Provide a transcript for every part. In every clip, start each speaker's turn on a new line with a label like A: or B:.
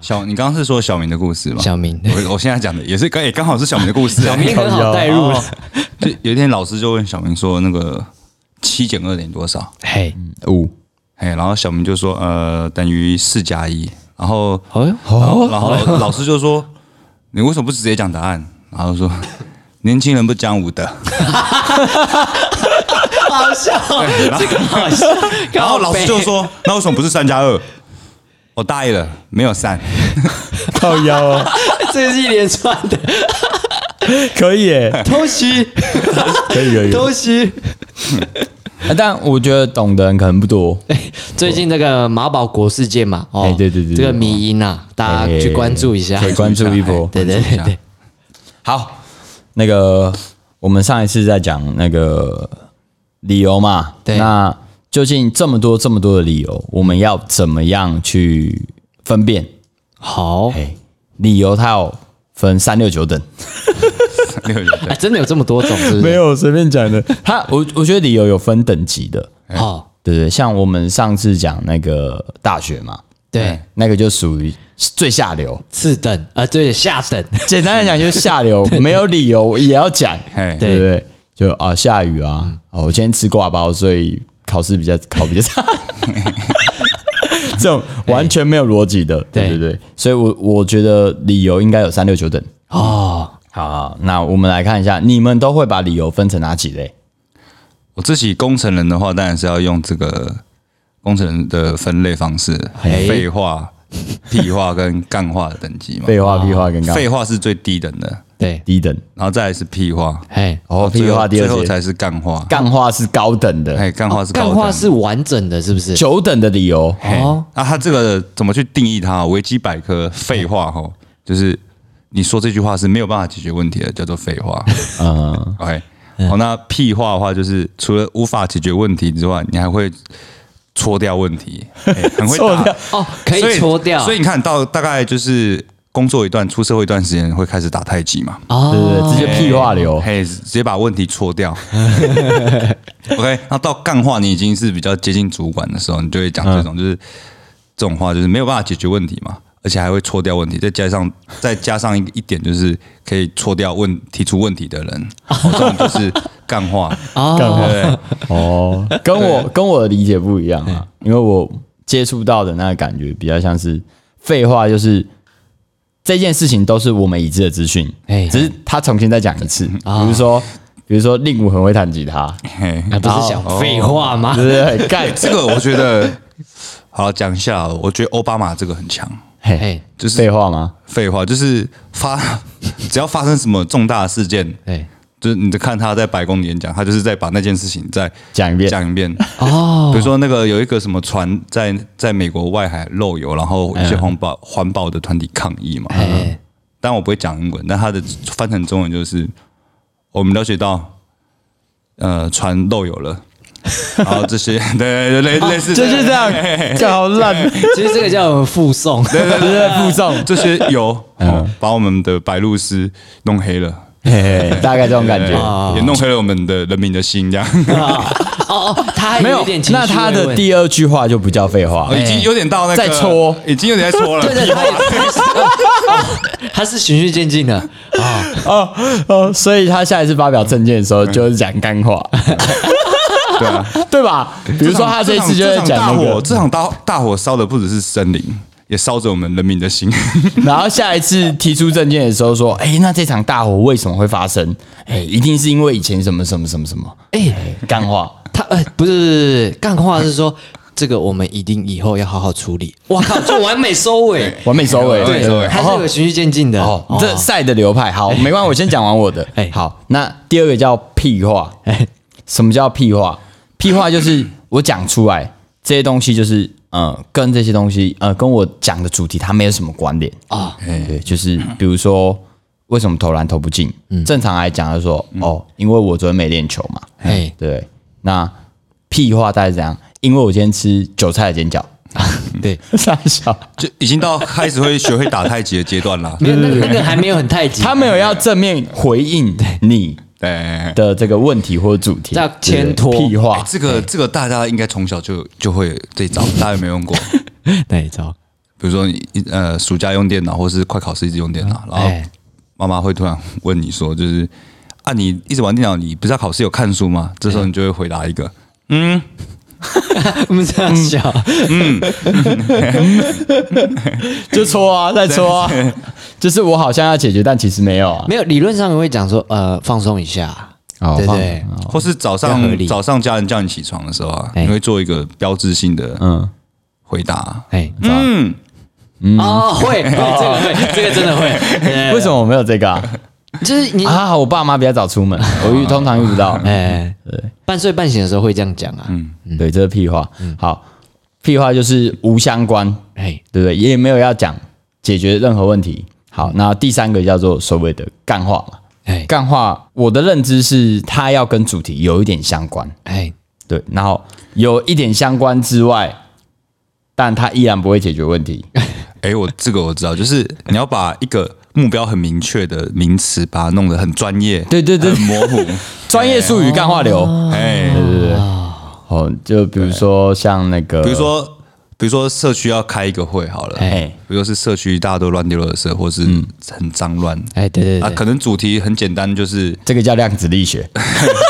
A: 小，你刚刚是说小明的故事吗？
B: 小明
A: 我我现在讲的也是刚也刚好是小明的故事、啊。
B: 小明很 好带入了，
A: 就有一天老师就问小明说：“那个七减二等于多少
B: 嘿，？”
C: 五，
A: 哎，然后小明就说：“呃，等于四加一。”然后
B: 好哦哟，
A: 然 后然后老师就说：“你为什么不直接讲答案？”然后说：“ 年轻人不讲武德。
B: 好笑，
A: 对”然后
B: 好笑。
A: 然后老师就说：“那为什么不是三加二？”我大意了，没有三。
C: 靠腰 哦，
B: 这是一连串的
C: 可以 耶，
B: 偷袭，
C: 可以可以。
B: 偷袭。
D: 啊但我觉得懂的人可能不多，
B: 哎最近这个马保国事件嘛，哦
C: 哎，对对对对
B: 这个迷因啊，大家去关注一下，
D: 可以哎关注一 波。
B: 对对对对，
D: 好，那个我们上一次在讲那个理由嘛，
B: 对
D: 那究竟这么多这么多的理由，我们要怎么样去分辨？
B: 好，
D: 哎、理由它有分三六九等，
A: 六人对
B: 哎，真的有这么多种，是不是？
C: 没，有随便讲的，
D: 它我我觉得理由有分等级的，
B: 哦，
D: 对不对？像我们上次讲那个大学嘛，
B: 对，
D: 那个就属于最下 流，
B: 次等啊，对，下等，
D: 简单来讲就是下流，没有理由也要讲，
A: 嘿
D: 对不对？就啊，下雨啊，哦，我今天吃挂包，所以考试比较考比较 差，这种完全没有逻辑的，
B: 对
D: 对对对，所以我我觉得理由应该有三六九等。
B: 哦，
D: 好好，那我们来看一下，你们都会把理由分成哪几类？
A: 我自己工程人的话，当然是要用这个工程人的分类方式，
D: 哎
B: 嘿
A: 废话、屁话跟干话的等级嘛。
D: 废话、屁话跟干
A: 废话是最低等的，
B: 对，
D: 低等，
A: 然后再来是屁话，
B: 哎，
D: 哦，屁
A: 最后
D: 话第二
A: 最后
D: 节，
A: 才是干话。
D: 干话是高等的，
A: 哎，干话是高
B: 干
A: 等
B: 话是完整的，是不是？
D: 九等的理由，
A: 嘿
B: 哦
A: 哎那它这个怎么去定义它？维基百 科废话吼，就是你说这句话是没有办法解决问题的，叫做废话。
D: 嗯。
A: OK，好，那屁话的话就是除了无法解决问题之外，你还会戳掉问 题，哎很会
D: 戳
A: 打
D: 掉，
B: 哦，可
A: 所
B: 以搓掉，
A: 所以你看到大概就是工作一段、出社会一段时间会开始打太极嘛，
D: 对对
B: 哦，
D: 对，直接屁话流。
A: 嘿，直接把问题戳 掉。OK，那到干话，你已经是比较接近主管的时候，你就会讲这
D: 嗯
A: 种，就是这种话，就是没有办法解决问题嘛，而且还会戳掉问题，再加上再加上一一点，就是可以戳掉问提出问题的 人，哦、这种就是干话，
D: 啊
B: 哦，
A: 对不对？
D: 哦，跟我跟我的理解不一样啊，因为我接触到的那个感觉比较像是废话，就是这件事情都是我们已知的资讯，
B: 哎
D: 只是他重新再讲一次，比如说比如说令武很会弹吉他，
A: 嘿，
B: 哎那不是讲废话吗？
D: 对不对？ 干
A: 这个我觉得，好讲一下，我觉得奥巴马这个很强，
D: 嘿，
B: 哎，
A: 就是
D: 废话 吗？
A: 废话，就是发 只要发生什么重大的事件，
B: 对，
A: 就是你看他在白宫演讲，他就是在把那件事情再
D: 讲一遍
A: 讲一 遍。
B: 哦，
A: 比如说那个有一个什么船在在美国外海漏油，然后一些环保环保的团体抗议嘛。
B: 哎，
A: 但我不会讲英文，但他的翻成中文就是我们了解到，呃，船漏油 了，然后这些对对对类类似
D: 就是这样，这好烂，
B: 其实这个叫附送，
D: 对对对，附送，
A: 这些油、哦把我们的白鹭鸶弄黑了。
D: 嘿嘿，大概这种感
A: 对
D: 觉。
A: 也弄黑了我们的人民的心，这样
B: 哦哦，他还
D: 没
B: 一
D: 有
B: 点，情绪
D: 那他
B: 慰
D: 的
B: 问
D: 第二句话就不叫废话
A: 哦，
D: 哎
A: 已经有点到那个
D: 在戳
A: 已经有点在戳了。
B: 对 对，他也不是哦他是循序渐进的 啊，
D: 哦哦，所以他下一次发表证件的时候就是讲干话，
A: 对啊，
D: 对吧？比如说他这一次就在
A: 场
D: 讲
A: 大
D: 那
A: 火，
D: 个，
A: 这场大大火烧的不只是森林，也烧着我们人民的心。
D: 然后下一次提出证件的时候说，哎，那这场大火为什么会发生？哎，一定是因为以前什么什么什么什么，
B: 哎，
D: 干话。
B: 他哎不是不是不是干话是说。这个我们一定以后要好好处理。哇靠，就完美收 尾。
D: 完美收尾，
A: 完美
B: 对
A: 收尾，
B: 它是有循序渐进的。
D: 哦，这赛的流派好，没关系，我先讲完我的
B: 哎。
D: 好，那第二个叫屁话。
B: 哎
D: 什么叫屁话？屁话就是我讲出来这些东西，就是呃，跟这些东西呃，跟我讲的主题它没有什么关联哎
B: 啊。
D: 对，就是比如说为什么投篮投不进？正常来讲就说哦，因为我昨天没练球嘛。
B: 哎，
D: 对，那屁话大概是怎样？因为我今天吃韭菜的煎饺，
B: 对，
D: 傻笑。
A: 就已经到开始会学会打太极的阶段了。
B: 没有那个那个还没有很太急。
D: 他没有要正面回应你
A: 对，
D: 的这个问题或主题，
B: 叫牵拖
D: 对屁
A: 哎
D: 话。
A: 这个这个大家应该从小就就会有这招，大家有没有用过？
B: 那一招
A: 比比如说你一呃暑假用电脑，或是快考试一直用电
D: 哦
A: 脑，然后
B: 哎
A: 妈妈会突然问你说，就是啊，你一直玩电脑，你不是要考试有看书吗？这时候你就会回答一个，
B: 我们这样笑，
D: 嗯就 搓啊，再搓啊，就是我好像要解决，但其实没有啊。
B: 没有理论上会讲说，呃，放松一下，
D: 哦
B: 对
D: 放
B: 对，
A: 或是早
B: 要合理
A: 上早上家人叫你起床的时候啊，
B: 哎
A: 你会做一个标志性的
D: 嗯，
A: 回答，
B: 哎，
A: 嗯，
B: 哦，会会这个会，这个真的会，
D: 为什么我没有这个啊？
B: 么？就是你，
D: 啊，我爸妈比较早出门，我遇通常遇不到。
B: 哦哎，半睡半醒的时候会这样讲啊，
D: 哎对，这是屁话。
B: 嗯
D: 好，屁话就是无相关，
B: 哎，
D: 对不对？也没有要讲解决任何问题。好，
B: 嗯
D: 那第三个叫做所谓的干话嘛。
B: 哎，
D: 干话，我的认知是它要跟主题有一点相关，
B: 哎，
D: 对，然后有一点相关之外，但它依然不会解决问题。
A: 哎，我这个我知道，就是你要把一个目标很明确的名词，把它弄得很专业，
D: 对对对
A: 很模糊，
D: 专业术语干话流，
A: 哎，
D: 哦，就比如说像那个，
A: 比如说。比如说社区要开一个会好了，
D: 哎嗯
A: 比如说是社区大家都乱丢垃圾，或是很脏乱，
B: 哎，对对
A: 啊，
B: 对，
A: 可能主题很简单，就是
D: 这个叫量子力学，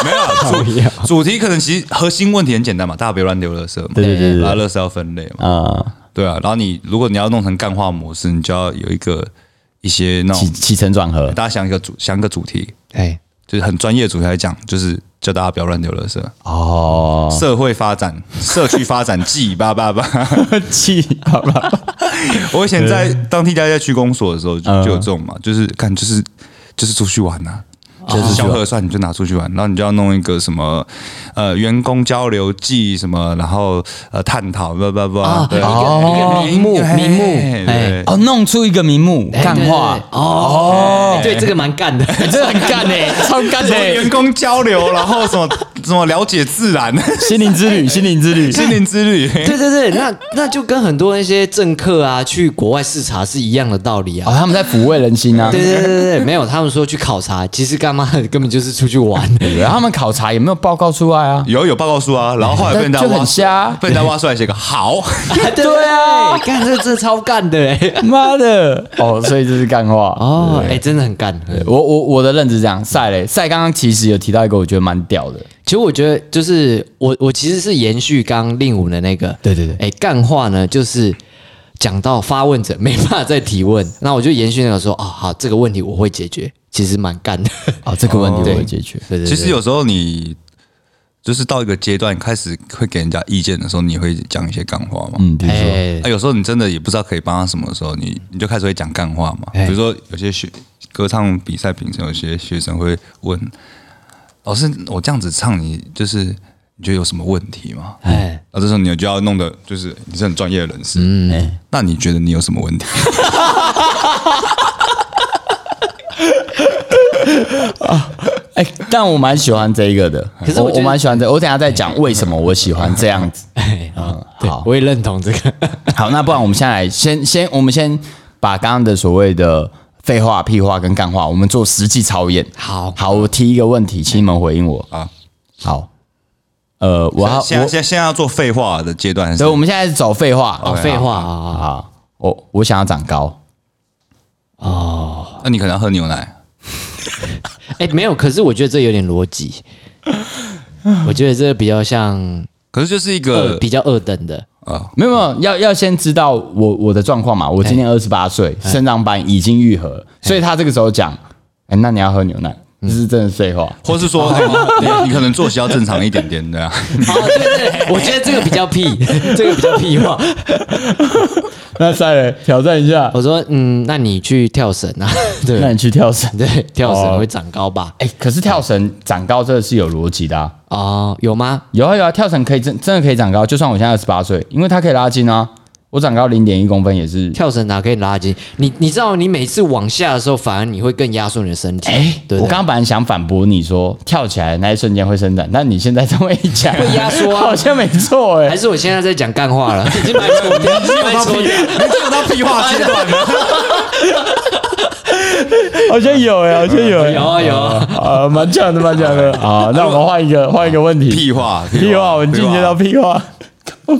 A: 没有 啊主主题，可能其实核心问题很简单嘛，大家不要乱丢垃圾嘛，
D: 对对对对对
A: 然后垃圾要分类嘛，
D: 啊，
A: 对啊，然后你如果你要弄成干化模式，你就要有一个一些那
D: 起
A: 种
D: 起承转合，
A: 大家想一个主想一个主题，
B: 哎，
A: 就是很专业的主题来讲，就是叫大家不要乱丢垃圾，
D: 哦，
A: 社会发 展、社区发展记八八八。
D: 气，好吧，
A: 我以前在当替代在区公所的时候就
B: 嗯
A: 就有这种嘛，就是干就是就是出去玩呐、
B: 哦
A: 就是消核算你就拿出去玩，然后你就要弄一个什么呃员工交流记什么，然后呃探讨叭叭叭，对
B: 哦啊一个一个名目
A: 嘿
B: 名目
A: 嘿
B: 哎
A: 对
D: 哦，弄出一个名目
B: 哎
D: 干话，
B: 对对对哦，对，这个蛮干的，
D: 真的很干呢，超干
A: 什么员
D: 呢，
A: 工交流，然后什么 什么了解自 然、
D: 心灵之旅，心灵之旅，
A: 心灵之旅，
B: 对对对，那那就跟很多那些政客啊去国外视察是一样的道理
D: 哦，
B: 啊。
D: 他们在抚慰人心啊，
B: 对对对对对，没有，他们说去考察，其实干嘛根本就是出去玩。
D: 然后他们考察也没有报告出来啊，
A: 有有报告书啊，然后后来被人家
D: 就
A: 挖
D: 很，瞎，
A: 被人家挖出来写个 好，
B: 对啊，干这这超干的哎。
D: 妈的，哦，所以这是干话
B: 哦，哎，真的很干。
D: 对我我我的认知是这样，赛嘞赛刚刚其实有提到一个我觉得蛮屌的，
B: 其实我觉得就是我我其实是延续刚刚令武的那个，
D: 对对对
B: 哎，干话呢就是。讲到发问者没办法再提问， 那我就延续那个说，哦，好，这个问题我会解决，其实蛮干的。
D: 哦，这个问题我
B: 对
D: 会解决，
B: 对对对
A: 其实有时候你就是到一个阶段开始会给人家意见的时候，你会讲一些干话嘛？
D: 嗯，比如说、
B: 哎
A: 啊，有时候你真的也不知道可以帮他什么的时候，你你就开始会讲干话嘛。
B: 哎
A: 比如说有些学歌唱比赛评审，有些学生会问老师：“我这样子唱你，就是你觉得有什么问题吗？”
B: 哎，
A: 那啊这时候你就要弄的，就是你是很专业的人士，嗯，那你觉得你有什么问题？
D: 哎、但我蛮喜欢这一个的，可
B: 是我
D: 我
B: 觉得
D: 蛮喜欢这我等一下再讲为什么我喜欢这样 子。
B: 哎
D: 嗯，
B: 对
D: 好，
B: 我也认同这个。
D: 好，那不然我们先来，先先我们先把刚刚的所谓的废话、屁话跟干话，我们做实际操演。
B: 好哎啊
D: 好，我提一个问题，请你们回应我
A: 好。
D: 好，呃，我要
A: 现在
D: 我，
A: 现在现在要做废话的阶段，
D: 所以我们现在是走废话。
B: 哦，废话啊，
D: 好，我我想要长高，
A: 那你可能要喝牛奶。
B: 哎、没有，可是我觉得这有点逻辑，我觉得这比较像
A: 可是就是一
B: 二
A: 个
B: 比较二等的，
D: 没有没有，要要先知道我我的状况嘛。我今年二十八岁，生长板已经愈合了，所以他这个时候讲，哎、那你要喝牛奶，这是真的废话。
A: 或是说，哎你你可能作息要正常一点点，对啊。
B: 哦，对对，我觉得这个比较屁， 这个比较屁话。
D: 那赛人挑战一下，
B: 我说，嗯，那你去跳绳啊，对
D: 那
B: 不
D: 你去跳绳。
B: 对，对，跳绳
D: 哦
B: 会长高吧？
D: 哎、可是跳绳长高这个是有逻辑的、啊，
B: 哦，有吗？
D: 有啊有啊，跳绳可以真真的可以长高，就算我现在二十八岁，因为它可以拉筋啊，我长高零点一公分也是。
B: 跳绳哪可以拉筋？你你知道，你每次往下的时候，反而你会更压缩你的身体。
D: 哎、
B: 对不
D: 我
B: 对
D: 刚刚本来想反驳你说跳起来的那一瞬间会伸展，但你现在这么一讲， 会
B: 压缩啊
D: 好像没错哎、
B: 还是我现在在讲干话了，已经蛮 错掉，已经蛮错掉。
A: 进入到屁话阶段了。
C: 好像有 哎、好像有、欸，
B: 有啊有啊
C: 啊，蛮强的，蛮 强的啊。那我们换一个，换一个问题，
A: 屁话，
C: 屁话，我们进阶到屁话。
A: 对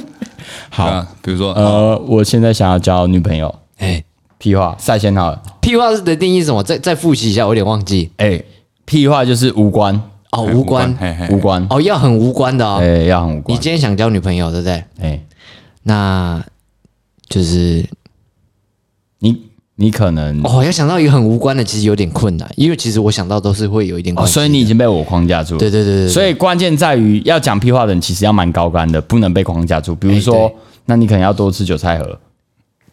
D: 好，
A: 啊，比如说，
D: 呃，我现在想要交女朋友，
B: 哎，
D: 屁话，赛先好了。
B: 屁话的定义是什么？再再复习一下，我有点忘记
D: 哎，屁话就是无关，
B: 哦，
A: 哎
B: 无关
A: 嘿嘿嘿
D: 无关，
B: 哦，要很无关的哦。
D: 哎，要很无
B: 你
D: 关。
B: 今天想交女朋友，对不对？
D: 哎，
B: 那就是
D: 你你可能
B: 哦，要想到一个很无关的，其实有点困难，因为其实我想到都是会有一点
D: 哦，
B: 关系的。
D: 所以你已经被我框架住了。
B: 对对对对，
D: 所以关键在于要讲屁话的人，其实要蛮高干的，不能被框架住。比如
B: 哎
D: 说
B: 对，
D: 那你可能要多吃韭菜盒。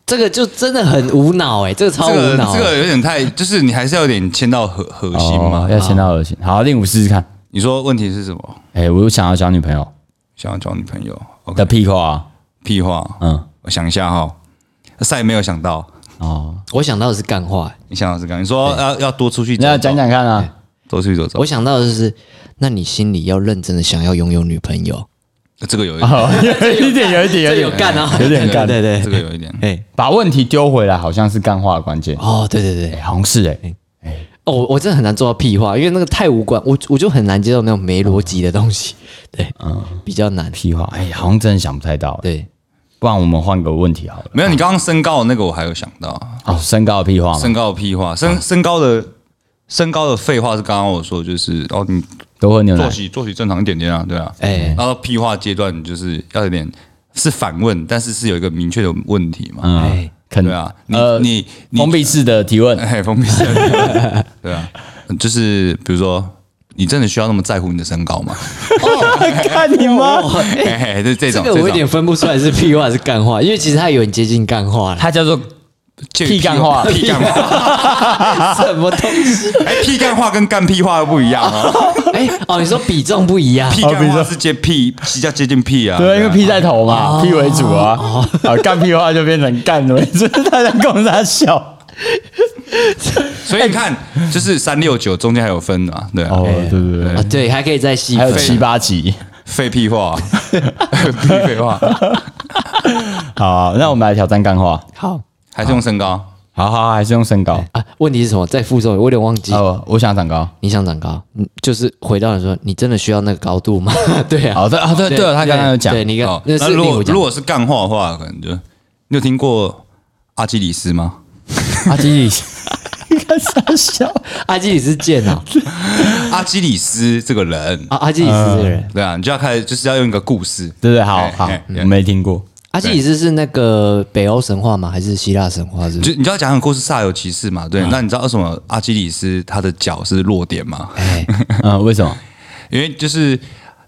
B: 这个就真的很无脑哎，这个超
A: 这
B: 无
A: 个
B: 脑
A: 这
B: 欸。
A: 个有点太，就是你还是要有点牵到核核心嘛
D: 哦。要先到核心。
B: 啊
D: 好，令武试试看。
A: 你说问题是什么？
D: 哎，我想要交女朋友
A: 想要交女朋友？OK，
D: 的屁话啊，
A: 屁话，
D: 嗯，
A: 我想一下哈，赛没有想到，
D: 哦，
B: 我想到的是干话欸，
A: 你想到是刚，你说要要多出去走走，
D: 那讲讲看啊，
A: 多出去走走
B: 我，想到的是，那你心里要认真的想要拥有女朋友，
A: 这个有一
D: 好
A: 点，
D: 有哦 一点，有一点，有
B: 这
D: 一
B: 有
D: 点，
B: 干啊，
D: 有 点干
B: 对对
A: 这
B: 对，
A: 个有一点，
B: 哎，
D: 把问题丢回来，好像是干话的关键。
B: 哦，对对对
D: 哎，，好像是哎，
B: 哦，我我真的很难做到屁话，因为那个太无关，我我就很难接受那种没逻辑的东西，对，比较难，
D: 屁话，哎，好像真的想不太到。哎，
B: 对，
D: 不然我们换个问题好了。
A: 没有你刚刚身高的那个我还有想到，
D: 哦，身高的屁话
A: 身
D: 嘛，
A: 高的屁话，
D: 啊
A: 身身高的身高的废话是刚刚我说的就是哦，你
D: 多喝牛奶
A: 作。息作息正常一点点啊，对啊，
B: 哎
A: 然后到屁话阶段你就是要有点是反问，但是是有一个明确的问题嘛，
D: 嗯
B: 哎，
D: 肯
A: 对啊，你
D: 呃
A: 你你
D: 封闭式的提问。
A: 哎，封闭式的 对啊，就是比如说，你真的需要那么在乎你的身高 吗？
D: 看你妈！
A: 嘿嘿，就这
B: 这
A: 种，
B: 个我有
A: 这
B: 点
A: 种
B: 分不出来是屁话还是干话，因为其实它有点接近干话了，
D: 它叫做
A: 介于
D: 屁干话
A: 屁干话，
B: 什么东西？
A: 哎，屁干话跟干屁话又不一样啊，
B: 哎，哦，你说比重不一样，
A: 屁干话是接屁，比较接近屁啊，
D: 对，因为
A: 啊
D: 屁在头嘛，屁为主啊，啊，干屁话就变成干为主， 大家共他笑。
A: 所以你看，就是三六九中间还有分啊，对啊
D: 哦，，对对对，
B: 啊，对，还可以再细
D: 还有
B: 分，
D: 七八集。
A: 废屁话，屁废话，
D: 好，那我们来挑战干话。哎
B: 好
A: 还是用身高，
D: 好好，好还是用身高。
B: 啊，问题是什么？再附送，我有点忘记。
D: 哦，我想长 高。
B: 你想长高，嗯，就是回到你说，你真的需要那个高度吗？ 对啊，
D: 好的，啊，对对，他刚刚有讲
B: 对，你看
A: 哦，
B: 那
A: 那
B: 是
A: 如
B: 令
A: 果
B: 我讲
A: 如，果是干话的话，可能就你有听过阿基里斯吗？
D: 阿基里斯，你看傻笑。
B: 阿基里斯贱 啊，
A: 阿基里斯这个人，
B: 啊，阿基里斯
D: 嗯
B: 这个人，
A: 对啊，你就要开始就是要用一个故事，
D: 对对，好
A: 哎
D: 好
A: 哎，
D: 我没听过。
B: 阿基里斯是那个北欧神话吗？还是希腊神话？是不是？
A: 就你就要讲讲故事煞有其事嘛，对。那你知道为什么阿基里斯他的脚是弱点吗？
B: 哎，
D: 嗯，为什么？
A: 因为就是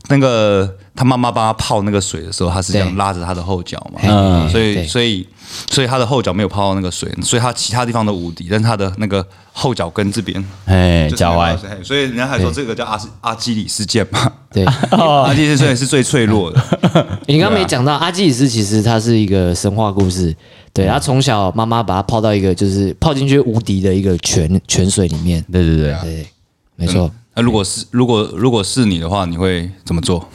A: 那个他妈妈帮他泡那个水的时候，他是这样
B: 对
A: 拉着他的后脚嘛，
B: 嗯
A: 所
B: 对
A: 以所以所以他的后脚没有泡到那个水，所以他其他地方都无敌，但是他的那个后脚跟这边
D: 哎，
A: 就是
D: 脚
A: 没有
D: 踝
A: 泡。水，所以人家还说这个叫阿斯阿基里斯腱 嘛，
B: 对，哦
A: 阿基里斯腱是最脆弱的，
B: 你刚刚
D: 啊
B: 没讲到阿基里斯，其实他是一个神话故事，
D: 嗯
B: 对，他从小妈妈把他泡到一个就是泡进去无敌的一个泉泉水里面，
D: 对对
A: 啊
D: 对，
B: 对，没错，
D: 嗯
A: 那如果是如果如果是你的话，你会怎么做？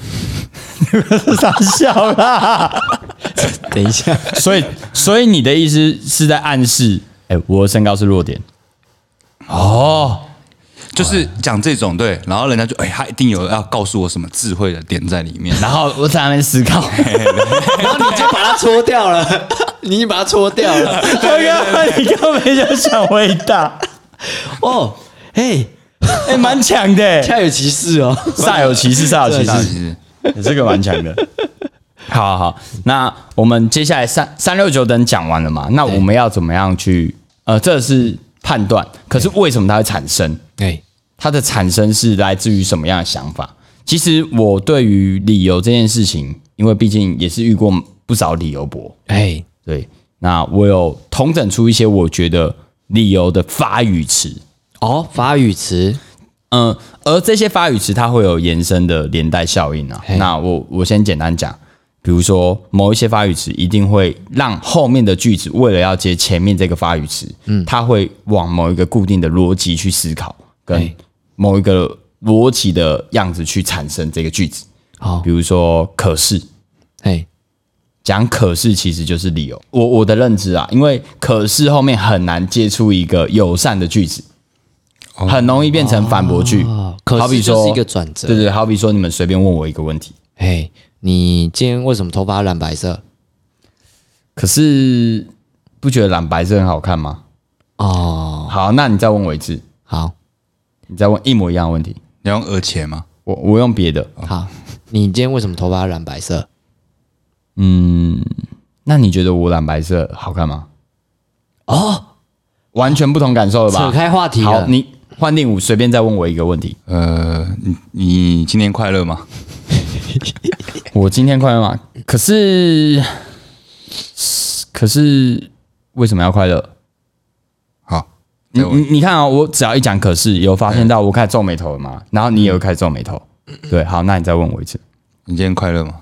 D: 傻笑啦。
B: 等一下，
D: 所以，所以你的意思是在暗示，哎、我的身高是弱点。哦，
A: 就是讲这种对，然后人家就哎、他一定有要告诉我什么智慧的点在里面。
D: 然后我在那边思 考，
B: 然啊后你就把它搓掉了， 你已经把它搓掉了。
D: 我刚刚你根本就想回答，
B: 哦，嘿，
D: 哎、蛮强的、 欸，
B: 恰有其事哦。
D: 煞有其事，煞有其
A: 大
D: 事，
A: 师
D: 你这个蛮强的。好好好，那我们接下来三三六九等讲完了嘛？那我们要怎么样去？呃，这是判断，可是为什么它会产生？
B: 哎，
D: 它的产生是来自于什么样的想法？其实我对于理由这件事情，因为毕竟也是遇过不少理由博，
B: 哎，
D: 对，那我有统整出一些我觉得理由的发语词，
B: 哦，法语词，
D: 嗯，而这些发语词它会有延伸的连带效应啊
B: 嘿。
D: 那我我先简单讲，比如说某一些发语词一定会让后面的句子为了要接前面这个发语词，嗯，它会往某一个固定的逻辑去思考，跟
B: 嘿
D: 某一个逻辑的样子去产生这个句子。
B: 好
D: 比，如说可是，
B: 哎，
D: 讲可是其实就是理由。我我的认知啊，因为可是后面很难接出一个友善的句子，很容易变成反驳句。
B: 哦可是
D: 好比
B: 就
D: 说
B: 是一个转折
D: 对对，好比说你们随便问我一个问题，
B: 哎，你今天为什么头发染白色？
D: 可是不觉得染白色很好看吗？
B: 哦，
D: 好，那你再问我一次，
B: 好
D: 你再问一模一样的问题，
A: 你要用额前吗？
D: 我我用别的，
B: 好，你今天为什么头发染白色？
D: 嗯，那你觉得我染白色好看吗？哦，完全不同感受了吧？
B: 扯开话题
D: 好，
B: 了，
D: 你换定武，随便再问我一个问题。
A: 呃，你你今年快乐吗？
D: 我今天快乐吗？可是，可是为什么要快乐？
A: 好，
D: 你
A: 再问
D: 你你看啊、我只要一讲可是，有发现到我开始皱眉头了吗？然后你也有开始皱眉头。对，好，那你再问我一次。
A: 你今天快乐吗？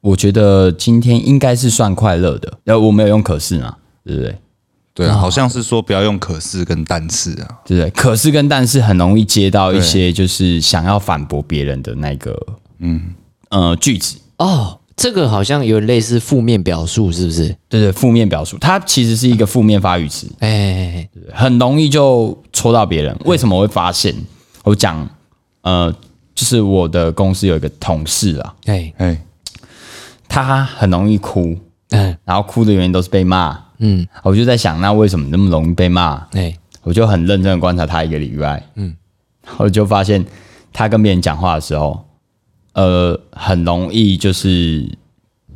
D: 我觉得今天应该是算快乐的，然后我没有用可是嘛，对不对？
A: 对啊，好像是说不要用可是跟但是啊。
D: 对不对？可是跟但是很容易接到一些就是想要反驳别人的那个，嗯呃句子，
B: 哦，这个好像有点类似负面表述，是不是？
D: 对对，负面表述，它其实是一个负面发语词，
B: 哎哎，哎
D: 很容易就戳到别人。为什么我会发现？我讲，呃，就是我的公司有一个同事啊，
B: 哎，
A: 哎，
D: 他很容易哭，
B: 嗯
D: 然后哭的原因都是被骂。
B: 嗯，
D: 我就在想，那为什么那么容易被骂？
B: 哎，
D: 我就很认真的观察他一个礼拜，嗯，我就发现他跟别人讲话的时候，呃，很容易就是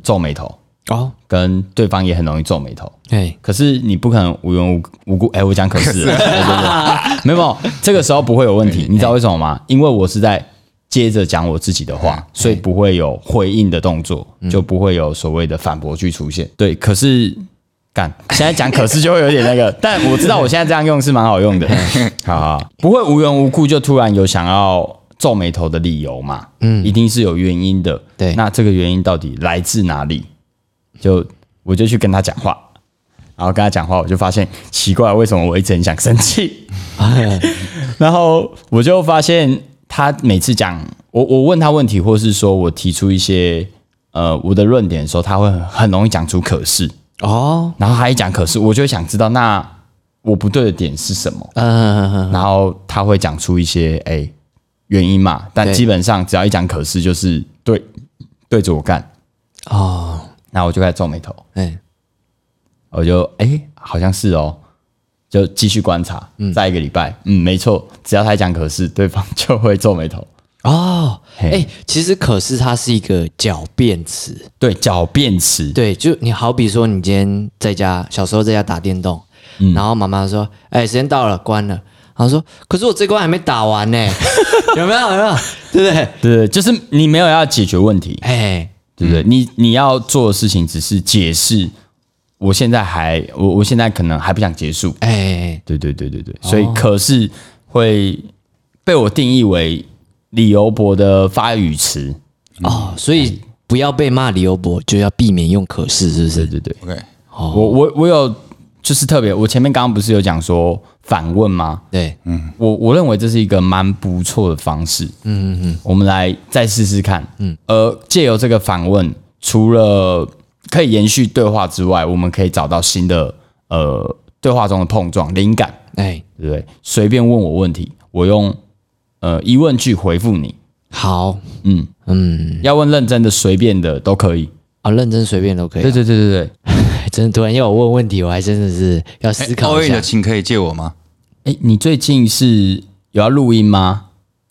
D: 皱眉头，
B: 哦，
D: 跟对方也很容易皱眉头。
B: 哎，
D: 可是你不可能无缘无无故，哎、我讲可啊哎是了，对对 对没有没有，这个时候不会有问题，你知道为什么吗？因为我是在接着讲我自己的话，所以不会有回应的动作，就不会有所谓的反驳句出现。对，可是干，现在讲可是就会有点 那个，但我知道我现在这样用是蛮好用的， 好好，不会无缘无故就突然有想要。皱眉头的理由嘛，嗯，一定是有原因的。
B: 对
D: 那这个原因到底来自哪里？就我就去跟他讲话，然后跟他讲话，我就发现奇怪，为什么我一直很想生气？
B: 哎
D: 然后我就发现他每次讲我，我问他问题，或是说我提出一些呃我的论点的时候，他会很很容易讲出可是，
B: 哦，
D: 然后他一讲可是，我就会想知道那我不对的点是什么，
B: 嗯，
D: 然后他会讲出一些哎、原因嘛，但
B: 对
D: 基本上只要一讲可是，就是对对着我干，
B: 哦，
D: 然后我就开始皱眉头。
B: 哎，
D: 我就哎、诶好像是哦，就继续观察，再一个礼拜，嗯，没错，只要他讲可是，对方就会皱眉头。
B: 哦，
D: 嘿
B: 哎，其实可是它是一个狡辩词，
D: 对，狡辩词，
B: 对，就你好比说，你今天在家，小时候在家打电动，
A: 嗯
B: 然后妈妈说：“哎、时间到了，关了。”然后说：“可是我这关还没打完 呢、有没有？有没有？对不对？
D: 对，就是你没有要解决问题，
B: 哎，
D: 对不对？你你要做的事情只是解释，我现在还我我现在可能还不想结束，
B: 哎，
D: 对对对对对，所以可是会被我定义为理由博的发语词，
A: 嗯
B: 哦，所以不要被骂理由博，就要避免用可是，是不
D: 对
B: 是？
D: 对对，
A: OK，
D: 我我我有就是特别，我前面刚刚不是有讲说反问吗？
B: 对，
A: 嗯
D: 我我认为这是一个蛮不错的方式。嗯嗯嗯，我们来再试试看。嗯，而借由这个访问，除了可以延续对话之外，我们可以找到新的呃对话中的碰撞灵感，
B: 哎，
D: 对不对？随便问我问题，我用呃疑问句回复你。
B: 好，
D: 嗯嗯，要问认真的、随便的都可以。
B: 啊，认真随便都可以啊、
D: 对对对对对，
B: 哎真的突然要我问问题，我还真的是要思考
A: O
B: 一
A: A
B: 下。
A: 的琴可以借我吗？
D: 哎，你最近是有要录音吗？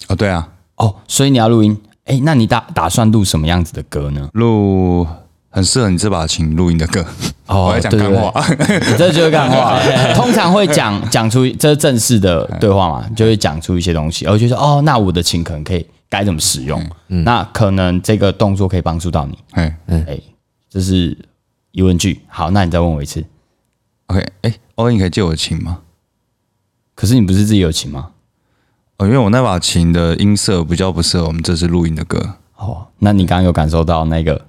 A: 哦，对啊，
D: 哦，所以你要录音。哎，那你打打算录什么样子的歌呢？
A: 录很适合你这把琴录音的歌。
D: 哦
A: 我在讲
D: 对
A: 干
D: 对对
A: 话。
D: 你这就是干话。通常会讲讲出这是正式的对话嘛，就会讲出一些东西，然后就说哦，那我的琴可能可以该怎么使用？那可能这个动作可以帮助到你。
A: 哎
D: 哎，这是疑问句。好，那你再问我一次。
A: ，OK，哎，O A 你可以借我琴吗？
D: 可是你不是自己有琴吗？
A: 哦，因为我那把琴的音色比较不适合我们这次录音的歌。
D: 哦，那你刚刚有感受到那个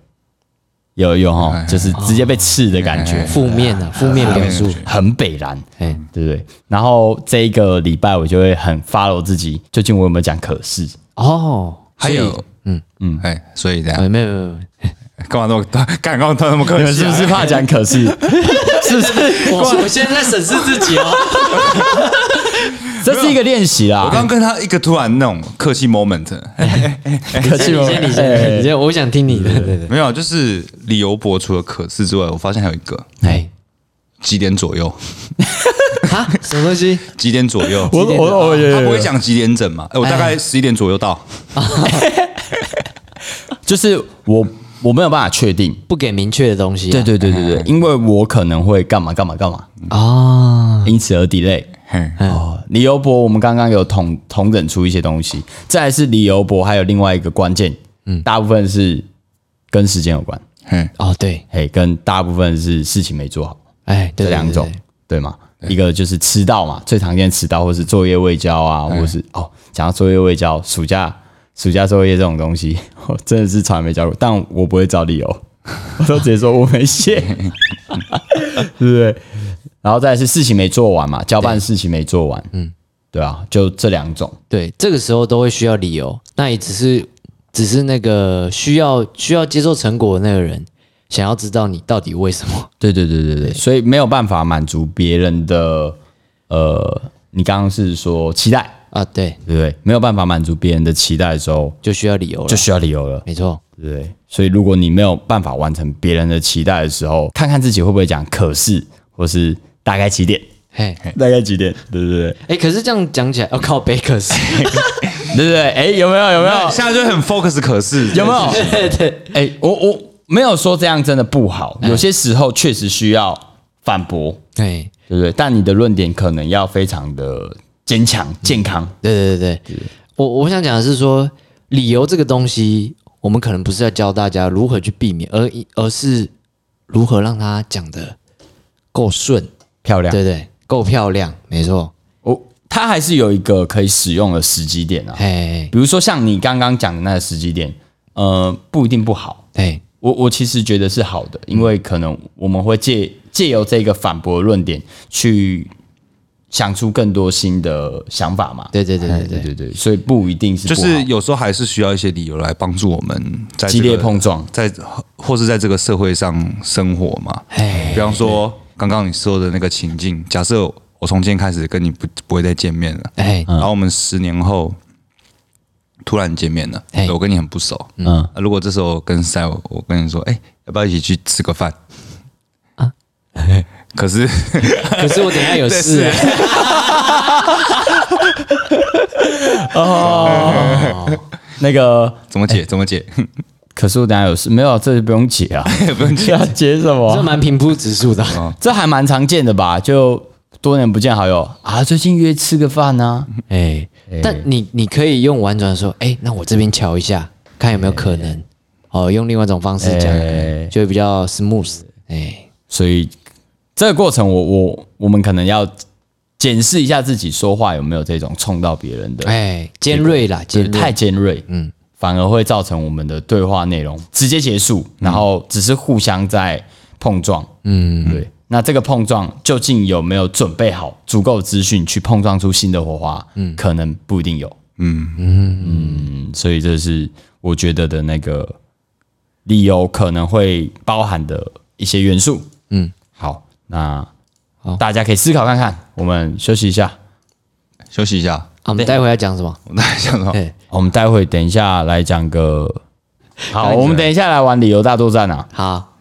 D: 有有哈，就是直接被刺的感
A: 哎
D: 觉，
B: 负面的、啊、负面表述，
D: 很北然。
B: 哎，
D: 对不对？然后这一个礼拜我就会很 follow 自己，究竟我有没有讲可是？
B: 哦，
A: 还有，嗯嗯，哎，所以这样
B: 哎，没有没有没有。
A: 干嘛那么干干嘛那么客
D: 你们
A: 气
D: 是
A: 啊？
D: 不是怕讲可 是？是不是？
B: 我我现在在审视自己哦，
D: 这 这是一个练习
A: 我
D: 啦。
A: 刚跟他一个突然那种客气 moment，
D: 客气哦哎
B: 你先，
D: 吗？
B: 你先，你先，我想听你的。对对，
A: 没有，就是理由博除了可是之外，我发现还有一个
B: 哎，
A: 几点左右，
B: 啊，什么东西？
A: 几点左右，
C: 我我哦我有
A: 他不
C: 有
A: 会
C: 有，
A: 讲几点整嘛？哎，我大概十一点左右到，
D: 就是我我没有办法确定。
B: 不给明确的东西啊。
D: 对对对对对，因为我可能会干嘛干嘛干嘛，
B: 啊，
D: 因此而 delay。
A: 嘿
D: 哦，李由博，我们刚刚有统统整出一些东西，再来是李由博，还有另外一个关键，嗯，大部分是跟时间有关，
A: 嘿，
B: 哦对，
D: 嘿，跟大部分是事情没做好
B: 哎，对
D: 这两种，
B: 对
D: 对吗？一个就是迟到嘛，最常见迟到，或是作业未交啊，或是哦，讲到作业未交，暑假暑假作业这种东西， 我真的是从来没交过，但我不会找理由， 我都直接说我没写， 对不对？然后再来是事情没做完嘛，交办事情没做完，嗯，对啊，就这两种，
B: 对，对这个时候都会需要理由，那也只是只是那个需要需要接受成果的那个人，想要知道你到底为什么。
D: 对对对对对，所以没有办法满足别人的呃，你刚刚是说期待，
B: 啊，对，
D: 对不对？没有办法满足别人的期待的时候，
B: 就需要理由了，
D: 就需要理由了。
B: 没错，
D: 对不对？所以如果你没有办法完成别人的期待的时候，看看自己会不会讲可是，或是大概几点，
B: 嘿，
D: 大概几点，对不对？
B: 哎，可是这样讲起来，要靠贝克 斯，
D: 对不对？哎，有没有？有没有？
A: 现在就很 focus 可是
D: 有没有？
B: 对对，
D: 哎，我我没有说这样真的不 好，有些时候确实需要反驳，
B: 哎，
D: 对不对？但你的论点可能要非常的坚强、健康。
B: 对对对对，我我想讲的是说，理由这个东西，我们可能不是要教大家如何去避免，而而是如何让它讲的够顺，
D: 漂亮，
B: 对对，够漂亮，没错，
D: 我它还是有一个可以使用的时机点啊，
B: 哎
D: 比如说像你刚刚讲的那个时机点，呃，不一定不好，
B: 哎
D: 我我其实觉得是好的，因
B: 嗯
D: 为可能我们会借借由这个反驳论点去想出更多新的想法嘛。
B: 对对对对
D: 对
B: 对，
D: 对对，所以不一定是
A: 就
D: 不好
A: 是有时候还是需要一些理由来帮助我们在这
D: 激
A: 个
D: 烈碰撞。
A: 在或是在这个社会上生活嘛。比方说刚刚你说的那个情境，假设我从今天开始跟你不不会再见面了，
B: 哎
A: 然后我们十年后突然见面了，
B: 哎
A: 我跟你很不熟，嗯，
D: 嗯，
A: 如果这时候跟塞我我跟你说，哎，要不要一起去吃个饭啊？可是
B: 可是我等一下有事
A: 对
B: 啊，
D: 那个
A: 怎么解？怎么解？
D: 可是我等一下有事没有？这就不用解啊，
A: 不用解
D: 要解什
B: 这
D: 么？啊
B: 蛮平铺直述的，
D: 这还蛮常见的吧？就多年不见好友啊，最近约吃个饭啊，
B: 哎，但你你可以用婉转说，哎，那我这边瞧一下，看有没有可能，哦，用另外一种方式讲
D: 哎，
B: 就会比较 smooth，哎，
D: 所以这个过程我，我我们可能要检视一下自己说话有没有这种冲到别人的
B: 哎，尖锐啦，
D: 就是
B: 尖锐，啊
D: 太尖锐，嗯，反而会造成我们的对话内容直接结束，然后只是互相在碰撞，嗯，对。那这个碰撞究竟有没有准备好足够资讯去碰撞出新的火花？嗯，可能不一定有，嗯嗯所以这是我觉得的那个理由可能会包含的一些元素。嗯，好，那大家可以思考看看。我们休息一下。
A: 休息一下，
B: 啊我们待会要讲什么？
A: 我在想到
B: 哎
D: 我们待会等一下来讲个。好，我们等一下来玩理由大作战啊。
B: 好，